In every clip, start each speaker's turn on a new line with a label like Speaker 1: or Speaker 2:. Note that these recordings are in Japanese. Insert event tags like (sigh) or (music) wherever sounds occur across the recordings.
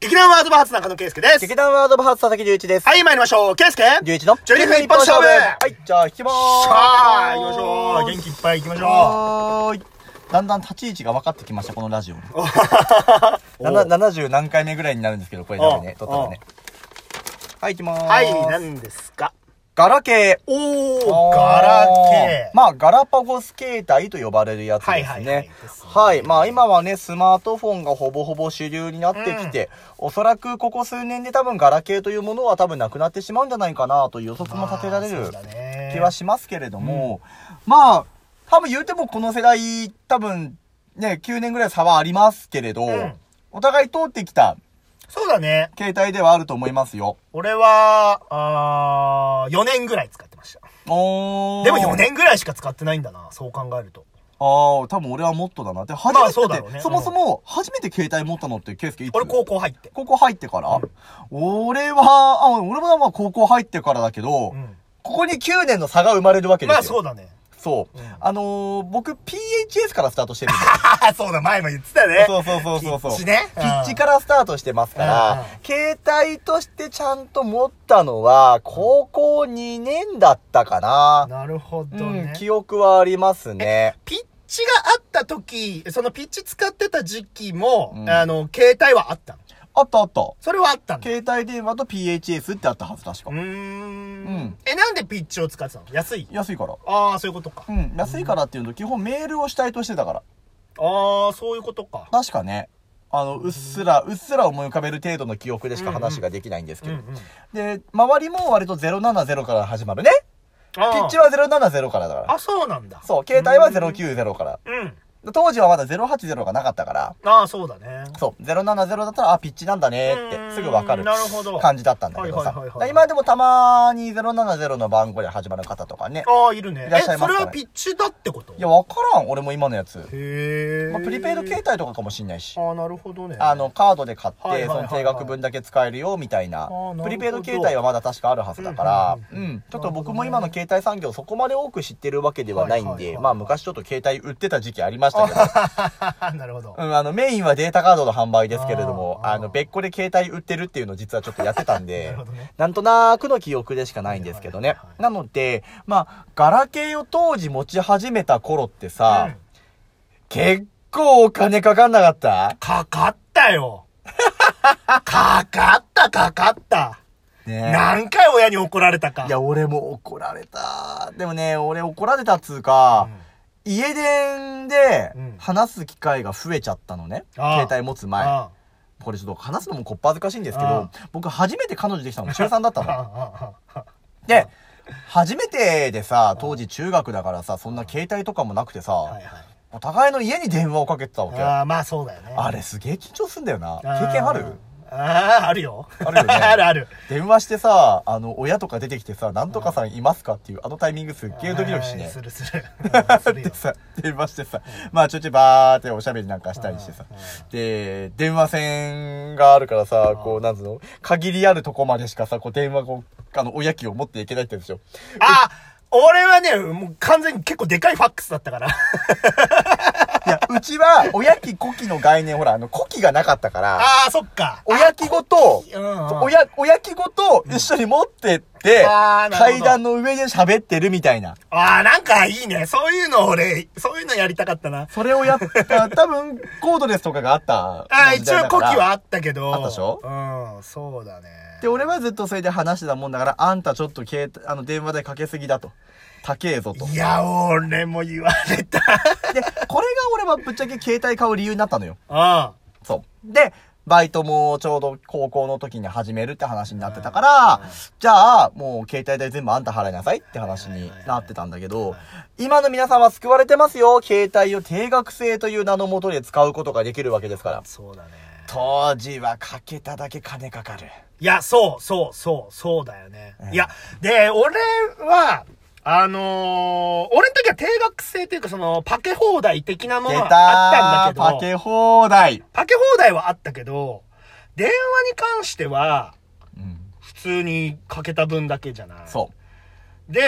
Speaker 1: 劇団ワードバハツ中野圭介です。
Speaker 2: 劇団ワードバハツ佐々木隆一です。
Speaker 1: はい、参りましょう。圭介
Speaker 2: 隆一の
Speaker 1: ジョリフ一発勝負
Speaker 2: はい、じゃあ引きまーす。
Speaker 1: さあ、行きましょう。元気いっぱい行きましょ
Speaker 2: はーい。だんだん立ち位置が分かってきました、このラジオも。
Speaker 1: う。
Speaker 2: なな70何回目ぐらいになるんですけど、これ多分ね、
Speaker 1: お
Speaker 2: 撮ったらね。はい、行きまーす。
Speaker 1: はい、何ですか
Speaker 2: ガラケー。
Speaker 1: おー、ガラ
Speaker 2: あ
Speaker 1: ケー。
Speaker 2: まあ、ガラパゴス携帯と呼ばれるやつです
Speaker 1: はいはいはい
Speaker 2: ね
Speaker 1: ですね。
Speaker 2: はい。まあ、今はね、スマートフォンがほぼほぼ主流になってきて、おそらくここ数年で多分ガラケーというものは多分なくなってしまうんじゃないかなという予測も立てられ
Speaker 1: まあ
Speaker 2: る
Speaker 1: そうだね
Speaker 2: 気はしますけれども、まあ、多分言うてもこの世代、多分ね、9年ぐらい差はありますけれど、
Speaker 1: ん
Speaker 2: お互い通ってきた
Speaker 1: そうだね。
Speaker 2: 携帯ではあると思いますよ。
Speaker 1: 俺は、あー、4年ぐらい使ってました。
Speaker 2: おー
Speaker 1: でも4年ぐらいしか使ってないんだな、そう考えると。
Speaker 2: ああ、多分俺はもっとだな。で、初めて、
Speaker 1: まあそうだろうね
Speaker 2: そもそも、初めて携帯持ったのって、ケースケいつ
Speaker 1: 俺高校入って。
Speaker 2: 高校入ってから、俺は、あ、俺もまあ高校入ってからだけど、
Speaker 1: うん。
Speaker 2: ここに9年の差が生まれるわけで
Speaker 1: ま
Speaker 2: すよ。
Speaker 1: あそうだね。
Speaker 2: そう。
Speaker 1: うん
Speaker 2: あのー、僕、PHS からスタートしてるん (laughs) で。
Speaker 1: ああ、そうだ、前も言ってたね。
Speaker 2: そうそうそうそうそう。
Speaker 1: ピッチね
Speaker 2: ピッチからスタートしてますから、携帯としてちゃんと持ったのは、高校2年だったかな。
Speaker 1: なるほど
Speaker 2: う
Speaker 1: ね
Speaker 2: ん、。記憶はありますね。
Speaker 1: ピッチがあった時、そのピッチ使ってた時期も、
Speaker 2: うん
Speaker 1: あの、携帯はあったの。
Speaker 2: あったあった。
Speaker 1: それはあったんだ。
Speaker 2: 携帯電話と PHS ってあったはず確か
Speaker 1: うー。ん,、
Speaker 2: うん
Speaker 1: え、なんでピッチを使ってたの安い
Speaker 2: 安いから。
Speaker 1: ああ、そういうことか。
Speaker 2: うん、安いからっていうのと基本メールを主体としてたから。
Speaker 1: ああ、そういうことか。
Speaker 2: 確かね。あの、うっすら、うっすら思い浮かべる程度の記憶でしか話ができないんです
Speaker 1: うん
Speaker 2: け
Speaker 1: う
Speaker 2: ど。
Speaker 1: ん。
Speaker 2: で、周りも割と070から始まるね。
Speaker 1: あ
Speaker 2: ピ
Speaker 1: ー
Speaker 2: ッチは070からだから。
Speaker 1: あ、そうなんだ。
Speaker 2: そう、携帯は090から。
Speaker 1: うん。
Speaker 2: 当時はまだ080がなかったから。
Speaker 1: ああ、そうだね。
Speaker 2: そう、070だったら、あ、ピッチなんだねっ
Speaker 1: うーん
Speaker 2: て、すぐわかる
Speaker 1: なるほど
Speaker 2: 感じだったんだけど
Speaker 1: はい
Speaker 2: さ
Speaker 1: はいはいはい。
Speaker 2: で今でもたまに070の番号で始まる方とかね。
Speaker 1: ああ、いるね。
Speaker 2: いらっしゃ
Speaker 1: え、
Speaker 2: い
Speaker 1: そ
Speaker 2: ます
Speaker 1: れ
Speaker 2: かね
Speaker 1: はピッチだってこと
Speaker 2: いや、わからん、俺も今のやつ。
Speaker 1: へえ。
Speaker 2: まあ、プリペイド携帯とかかもしんないし。
Speaker 1: ああ、なるほどね。
Speaker 2: あの、、カードで買っ
Speaker 1: はいはい
Speaker 2: て、そ
Speaker 1: はいはい
Speaker 2: の定額分だけ使えるよ、みたいな
Speaker 1: ーなるほ。ど
Speaker 2: プリペイド携帯はまだ確かあるはずだから、
Speaker 1: う
Speaker 2: うん
Speaker 1: うんうんうん
Speaker 2: ん。ちょっと僕も今の携帯産業そこまで多く知ってるわけではない
Speaker 1: は
Speaker 2: ん
Speaker 1: いはい
Speaker 2: で、
Speaker 1: はい
Speaker 2: まあ昔ちょっと携帯売ってた時期ありましたけど、
Speaker 1: (laughs) なるほど。
Speaker 2: (laughs) うん、あの、メインはデータカードの販売ですけれども、
Speaker 1: あー
Speaker 2: あの、別個で携帯売ってるっていうのを実はちょっとやってたん
Speaker 1: (laughs) な
Speaker 2: で
Speaker 1: るほどね、
Speaker 2: なんとなくの記憶でしかないんですけど
Speaker 1: はい
Speaker 2: ね
Speaker 1: はいはい。
Speaker 2: なので、まあ、ガラケーを当時持ち始めた頃ってさ、
Speaker 1: うん
Speaker 2: 結構お金かかんなかった
Speaker 1: かかった
Speaker 2: (laughs)
Speaker 1: よ。かかった、かかった。
Speaker 2: ねえ
Speaker 1: 何回親に怒られたか。
Speaker 2: いや、俺も怒られた。でもね、俺怒られたっつうか、家電で
Speaker 1: うん
Speaker 2: 話す機会が増えちゃったのね。
Speaker 1: ああ
Speaker 2: 携帯持つ前。
Speaker 1: あ
Speaker 2: これちょっと話すのもこっぱずかしいんですけ
Speaker 1: あ
Speaker 2: ど、僕初めて彼女でき
Speaker 1: (laughs)
Speaker 2: たの中3だった
Speaker 1: あああ
Speaker 2: の。
Speaker 1: ああ
Speaker 2: で、初めてでさ、当時中学だからさ、そんな携帯とかもなくてさ、
Speaker 1: あはいはい
Speaker 2: お互いの家に電話をかけてたわけ。あ
Speaker 1: ああまあそうだよね
Speaker 2: れすげえ緊張すんだよな。
Speaker 1: ー
Speaker 2: 経験ある
Speaker 1: あああるよ
Speaker 2: あるよね
Speaker 1: あるある
Speaker 2: 電話してさ、あの、親とか出てきてさ、なんとかさんいますかっていう、あのタイミングすっげえドキドキし
Speaker 1: はい
Speaker 2: ね
Speaker 1: す。るするうんするよ
Speaker 2: でさ、電話してさ、まあちょいちょいバーっておしゃべりなんかしたりしてさ
Speaker 1: うんうん、
Speaker 2: で、電話線があるからさ
Speaker 1: ん、
Speaker 2: こう、なんつうの、限りあるとこまでしかさ、こう電話こう、あの、親機を持っていけないって言うんですよ。
Speaker 1: あ俺はねもう完全に結構でかいファックスだったから
Speaker 2: いや、うちは、親機古機の概念、ほら、あの、古機がなかったから、
Speaker 1: ああそっか
Speaker 2: 親機ごと、
Speaker 1: うんうん
Speaker 2: そう親、親機ごと一緒に持ってって
Speaker 1: あー、なるほど
Speaker 2: 階段の上で喋ってるみたいな。
Speaker 1: ああなんかいいねそういうの俺そういうのやりたかったな
Speaker 2: それを
Speaker 1: (laughs)
Speaker 2: やった、多分、コードレスとかがあった。
Speaker 1: ああ一応呼気はあったけど
Speaker 2: あったでしょ
Speaker 1: うんそうだね
Speaker 2: で、俺はずっとそれで話してたもんだから、あんたちょっと携帯、あの、電話代かけすぎだと。高えぞと。
Speaker 1: い
Speaker 2: で、
Speaker 1: や俺も言われた
Speaker 2: これが俺はぶっちゃけ携帯買う理由になったのよ。
Speaker 1: あ
Speaker 2: そう。で、バイトもちょうど高校の時に始めるって話になってたから、じゃあ、もう携帯代全部あんた払いなさいって話になってたんだけど、今の皆さんは救われてますよ。携帯を定額制という名のもとで使うことができるわけですから
Speaker 1: あ。そうだね
Speaker 2: 当時はかけただけ金かかる。
Speaker 1: いや、そう、そう、そう、そうだよね。
Speaker 2: うん
Speaker 1: いや、で、俺は、あのー俺の時は定額制っていうか、その、パケ放題的なもの
Speaker 2: 出
Speaker 1: はあっ
Speaker 2: た
Speaker 1: たんだ
Speaker 2: ー
Speaker 1: けど、
Speaker 2: パケ放題、
Speaker 1: パケ放題はあったけど、電話に関しては、普通にかけた分だけじゃない。
Speaker 2: そう。
Speaker 1: で、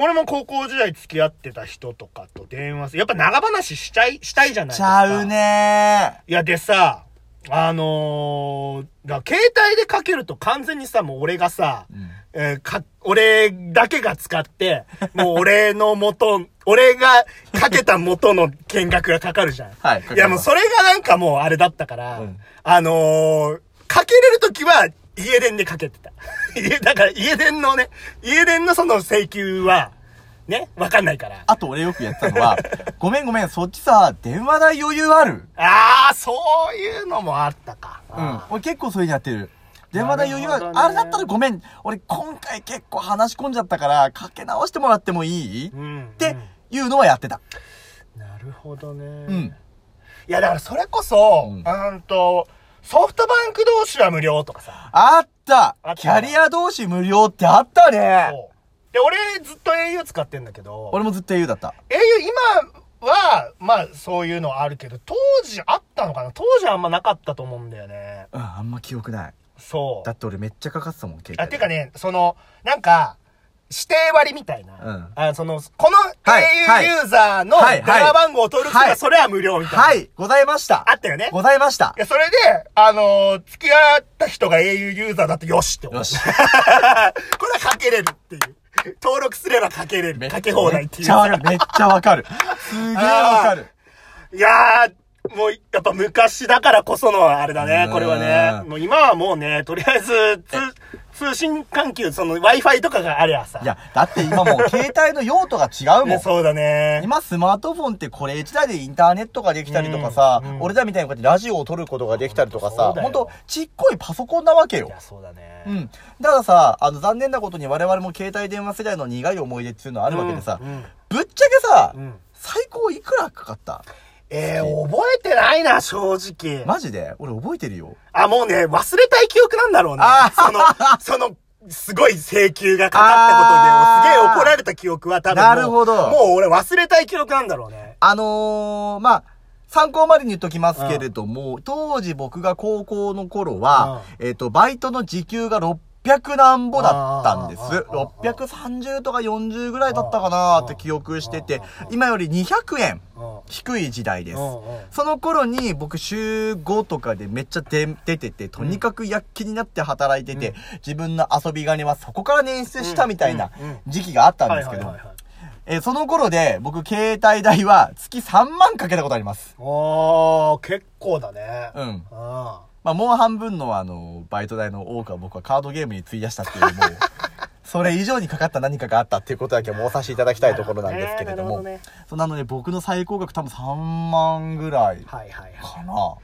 Speaker 1: 俺も高校時代付き合ってた人とかと電話すやっぱ長話しちゃい、したいじゃないですか。
Speaker 2: ちゃうね
Speaker 1: いや、でさ、あのー、だから携帯でかけると完全にさ、もう俺がさ、えーか、俺だけが使って、もう俺の元、 (laughs) 俺がかけた元の見学がかかるじゃん。
Speaker 2: (laughs) はい
Speaker 1: いやもうそれがなんかもうあれだったから、
Speaker 2: うん
Speaker 1: あのー、かけれるときは家電でかけてた。 (laughs) 家、だから家電のね、家電のその請求は、ね、わかんないから。
Speaker 2: あと俺よくやってた
Speaker 1: (laughs)
Speaker 2: のは、ごめんごめん、そっちさ、電話代余裕ある
Speaker 1: ああ、そういうのもあったか。
Speaker 2: うん
Speaker 1: あ。
Speaker 2: 俺結構そういうのやってる。電話代余裕
Speaker 1: な
Speaker 2: あ
Speaker 1: る
Speaker 2: る。
Speaker 1: ほどね
Speaker 2: あれだったらごめん。俺今回結構話し込んじゃったから、かけ直してもらってもいいっ
Speaker 1: ーうん。
Speaker 2: ていうのはやってた。
Speaker 1: うんなるほどね。
Speaker 2: うん。
Speaker 1: いや、だからそれこそ、
Speaker 2: う
Speaker 1: うんん、と、ソフトバンク同士は無料とかさ。
Speaker 2: あった
Speaker 1: あった
Speaker 2: キャリア同士無料ってあったね
Speaker 1: そうで、俺ずっと au 使ってんだけど、
Speaker 2: 俺もずっと au だった。
Speaker 1: au 今は、まあそういうのあるけど、当時あったのかな当時はあんまなかったと思うんだよね。
Speaker 2: うん、あんま記憶ない。
Speaker 1: そう
Speaker 2: だ。って俺めっちゃかかってたもん、携帯。
Speaker 1: あ、てか。ね、その、なんか、指定割みたいな。
Speaker 2: うん
Speaker 1: あその、この
Speaker 2: はいはい
Speaker 1: au ユーザーの
Speaker 2: はい
Speaker 1: 電
Speaker 2: はい
Speaker 1: 話番号を登録すれ
Speaker 2: は
Speaker 1: ば
Speaker 2: い
Speaker 1: それは無料みたいな。
Speaker 2: はい、ございました。
Speaker 1: あったよね。
Speaker 2: ございました
Speaker 1: い。や、それで、あのー付き合った人が au ユーザーだってよしって思う (laughs)
Speaker 2: よし。
Speaker 1: これはかけれるっていう。登録すればかけれる。かけ放題っていう
Speaker 2: めっちゃわかる。めっちゃわかる。すげえわかる。
Speaker 1: いやー、もう、やっぱ昔だからこそのあれだね
Speaker 2: う、ん
Speaker 1: これはね。もう今はもうね、とりあえず、通、通信環境、その Wi-Fi とかがありゃさ。
Speaker 2: いや、だって今もう携帯の用途が違うも
Speaker 1: ね、
Speaker 2: ん。
Speaker 1: そうだね。
Speaker 2: 今スマートフォンってこれ一台でインターネットができたりとかさ、
Speaker 1: うんうん
Speaker 2: 俺らみたいにこうやってラジオを撮ることができたりとかさ
Speaker 1: そう、だよ
Speaker 2: ほんとちっこいパソコンなわけ
Speaker 1: い
Speaker 2: よ。
Speaker 1: や、そうだね。
Speaker 2: うん。だからさ、あの残念なことに我々も携帯電話世代の苦い思い出っていうのはあるわけでさ、
Speaker 1: うん
Speaker 2: ぶっちゃけさ、
Speaker 1: うん
Speaker 2: 最高いくらかかった
Speaker 1: えー、覚えてないな、正直。
Speaker 2: マジで俺覚えてるよ。
Speaker 1: あ、もうね、忘れたい記憶なんだろうね
Speaker 2: あ。
Speaker 1: その、
Speaker 2: (laughs)
Speaker 1: その、すごい請求がかかったことで、
Speaker 2: あー
Speaker 1: すげえ怒られた記憶は多分もう。
Speaker 2: なるほ
Speaker 1: も
Speaker 2: ど
Speaker 1: う俺忘れたい記憶なんだろうね。
Speaker 2: あのー、まあ、参考までに言っときますけれども、当時僕が高校の頃は、えっ、と、バイトの時給が600なんぼだったんです。
Speaker 1: あああああ
Speaker 2: 630とか40ぐらいだったかなーって記憶してて
Speaker 1: ああああ、
Speaker 2: 今より200円
Speaker 1: うん。
Speaker 2: 低い時代です。
Speaker 1: うんうん
Speaker 2: その頃に僕週5とかでめっちゃ出出てて、とにかく躍起になって働いてて、自分の遊び金はそこから捻出したみたいな
Speaker 1: うんうんうん
Speaker 2: 時期があったんですけど
Speaker 1: はい、はいはいはい
Speaker 2: えーその頃で僕携帯代は月3万かけたことあります。
Speaker 1: ああ、結構だね。。
Speaker 2: うんん。
Speaker 1: あ
Speaker 2: まあもう半分のあの、バイト代の多くは僕はカードゲームに費やしたっていう、
Speaker 1: (laughs)
Speaker 2: もう、それ以上にかかった何かがあったっていうことだけは申させていただきたいところなんですけれども。
Speaker 1: なるほどね
Speaker 2: そうなので僕の最高額多分3万ぐらいか
Speaker 1: はいはいはい。
Speaker 2: な。あ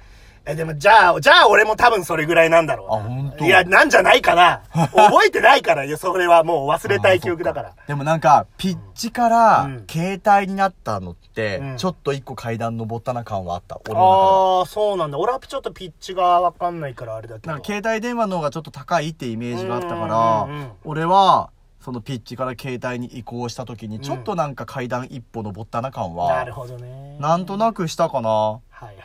Speaker 1: え、でも、じゃあ、じゃあ俺も多分それぐらいなんだろうな。
Speaker 2: あほんと
Speaker 1: いや、なんじゃないか
Speaker 2: (laughs)
Speaker 1: な。覚えてないからよ、それはもう忘
Speaker 2: ー
Speaker 1: れたい記憶だか。
Speaker 2: そ
Speaker 1: ら
Speaker 2: っ。でもなんか、ピッチから
Speaker 1: うん
Speaker 2: 携帯になったのって、
Speaker 1: うん
Speaker 2: ちょっと一個階段登ったな感はあった。俺の中では。
Speaker 1: ああ、そうなんだ。俺はちょっとピッチがわかんないからあれだけ
Speaker 2: なん
Speaker 1: ど
Speaker 2: か。携帯電話の方がちょっと高いってイメージがあったか
Speaker 1: うんうんうん
Speaker 2: ら、俺は、そのピッチから携帯に移行した時に、ちょっとなんか階段一歩登ったな感
Speaker 1: な
Speaker 2: は
Speaker 1: る、ほどね。
Speaker 2: なんとなくしたかな。
Speaker 1: はいはいはい。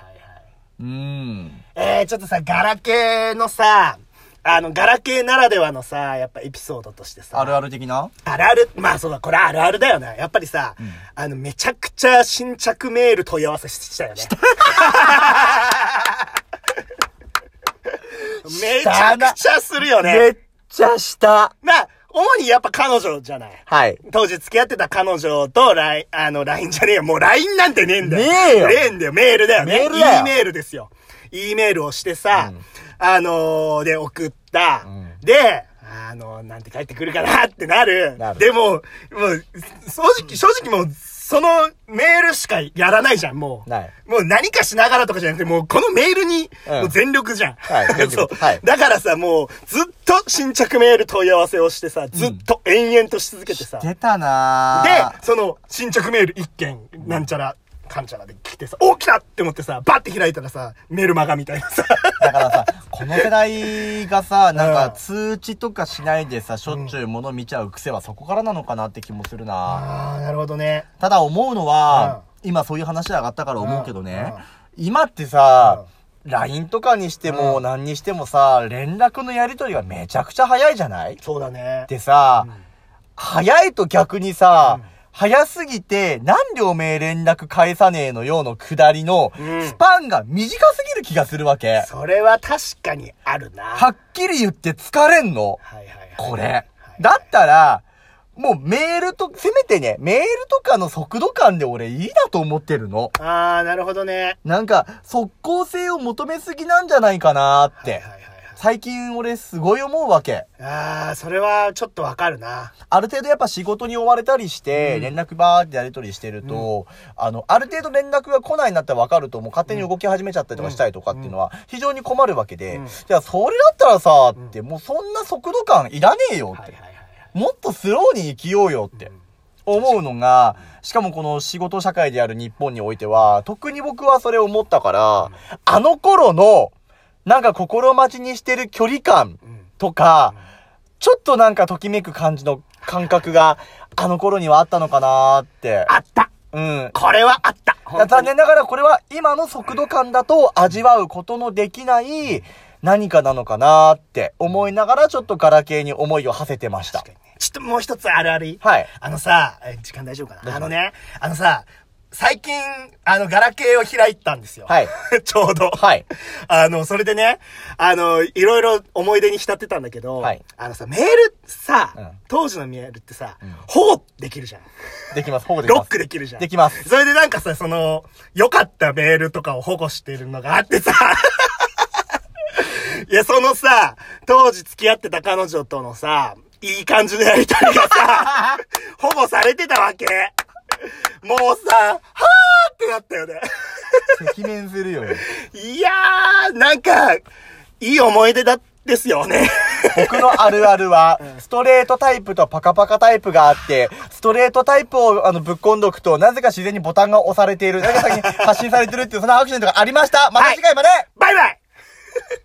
Speaker 2: うん。
Speaker 1: えー、ちょっとさ、ガラケーのさ、あの、ガラケーならではのさ、やっぱエピソードとしてさ、
Speaker 2: あるある的な
Speaker 1: あるある、まあそうだ、これあるあるだよな。やっぱりさ、あの、めちゃくちゃ新着メール問い合わせしたよね。 (laughs) めちゃくちゃするよ
Speaker 2: め
Speaker 1: ね
Speaker 2: っ。ちゃした。
Speaker 1: まあ、主にやっぱ彼女じゃない。
Speaker 2: はい。
Speaker 1: 当時付き合ってた彼女と、ライン、あの、LINE じゃねえよ。もう LINE なんてねえんだよ。
Speaker 2: ねえよ
Speaker 1: ねえんだよ。メールだよね。
Speaker 2: メールだよ
Speaker 1: E メールですよ。E メールをしてさ、あのーで、送った。で、あのーなんて返ってくるかなってなる。
Speaker 2: なる
Speaker 1: でも、もう、正直、正直もう、そのメールしかやらないじゃん、もう。
Speaker 2: ない
Speaker 1: もう何かしながらとかじゃなくて、もうこのメールに、
Speaker 2: うん
Speaker 1: もう全力じゃん。
Speaker 2: はい全力
Speaker 1: そう。
Speaker 2: はい
Speaker 1: だからさ、もう、ずっと新着メール問い合わせをしてさ、ずっと延々とし続けてさ。
Speaker 2: 出たな
Speaker 1: で、その、新着メール一件、なんちゃら、かんちゃらで来てさ、お来たって思ってさ、バッて開いたらさ、メルマガみたいなさ。
Speaker 2: だからさ、この世代がさ、なんか
Speaker 1: うん
Speaker 2: 通知とかしないでさ、しょっちゅう物見ちゃう癖はそこからなのかなって気もするな
Speaker 1: (laughs) ああ、なるほどね。
Speaker 2: ただ思うのは、今そういう話上がったから思うけどね
Speaker 1: う、
Speaker 2: 今ってさ、LINE とかにしても何にしてもさ、連絡のやり取りがめちゃくちゃ早いじゃない
Speaker 1: そうだね。
Speaker 2: でさ、早いと逆にさ、早すぎて、何両名連絡返さねえのようの下りの、
Speaker 1: うん
Speaker 2: スパンが短すぎる気がするわけ。
Speaker 1: それは確かにあるな。
Speaker 2: はっきり言って疲れんの。
Speaker 1: はいはいはい。
Speaker 2: こ
Speaker 1: はい
Speaker 2: れ。だったら、もうメールと、せめてね、メールとかの速度感で俺いいだと思ってるの。
Speaker 1: あー、なるほどね。
Speaker 2: なんか、速攻性を求めすぎなんじゃないかなーっ
Speaker 1: はい
Speaker 2: て
Speaker 1: はい。はいはい。
Speaker 2: 最近俺すごい思うわけ。
Speaker 1: あー、それはちょっとわかるな。
Speaker 2: ある程度やっぱ仕事に追われたりして、
Speaker 1: うん
Speaker 2: 連絡バーってやり取りしてると、あの、ある程度連絡が来ないなったら分かると、もう勝手に動き始めちゃったりとかしたりとかっていうのは、非常に困るわけで、
Speaker 1: うん
Speaker 2: じゃあそれだったらさ、って、もうそんな速度感いらねえよっ
Speaker 1: はいは
Speaker 2: て、
Speaker 1: いはいはい。
Speaker 2: もっとスローに生きようよって。思うのが、しかもこの仕事社会である日本においては、特に僕はそれを思ったから、あの頃の、なんか心待ちにしてる距離感
Speaker 1: うん。うん
Speaker 2: とか、ちょっとなんかときめく感じの感覚が、あの頃にはあったのかなーって。
Speaker 1: あった
Speaker 2: うん。
Speaker 1: これはあった本当
Speaker 2: 残
Speaker 1: に
Speaker 2: 念ながらこれは今の速度感だと味わうことのできない何かなのかなーって思いながらちょっとガラケーに思いを馳せてました
Speaker 1: 確か。にねちょっともう一つあるあるいい
Speaker 2: はい。
Speaker 1: あのさ、え時間大丈夫か
Speaker 2: 大丈夫
Speaker 1: なあのね、あのさ、最近、あの、ガラケーを開いたんですよ。
Speaker 2: はい
Speaker 1: (laughs) ちょうど。
Speaker 2: はい。
Speaker 1: (laughs) あの、それでね、あの、いろいろ思い出に浸ってたんだけど、
Speaker 2: はい
Speaker 1: あのさ、メールさ、
Speaker 2: うん
Speaker 1: 当時のメールってさ、
Speaker 2: うん
Speaker 1: 保護できるじゃん。
Speaker 2: できます。保護でき
Speaker 1: ロ
Speaker 2: ま
Speaker 1: ッ
Speaker 2: す。
Speaker 1: クできるじゃん。
Speaker 2: できます。
Speaker 1: それでなんかさ、その、良かったメールとかを保護してるのがあって
Speaker 2: (laughs)
Speaker 1: さ、いや、そのさ、当時付き合ってた彼女とのさ、いい感じのやりとりが
Speaker 2: (laughs)
Speaker 1: さ、保護されてたわけ。もうさ、はーってなった
Speaker 2: (laughs)
Speaker 1: よね。
Speaker 2: 赤面するよ。
Speaker 1: いやー、なんか、いい思い出だ、ですよね。
Speaker 2: 僕のあるあ
Speaker 1: (laughs)
Speaker 2: るは、ストレートタイプとパカパカタイプがあって、ストレートタイプをあのぶっ込んどくと、なぜか自然にボタンが押されている、なぜか先に発信されてるっていう、そんなアクシデントがありましたまた次回まで、
Speaker 1: バイバイ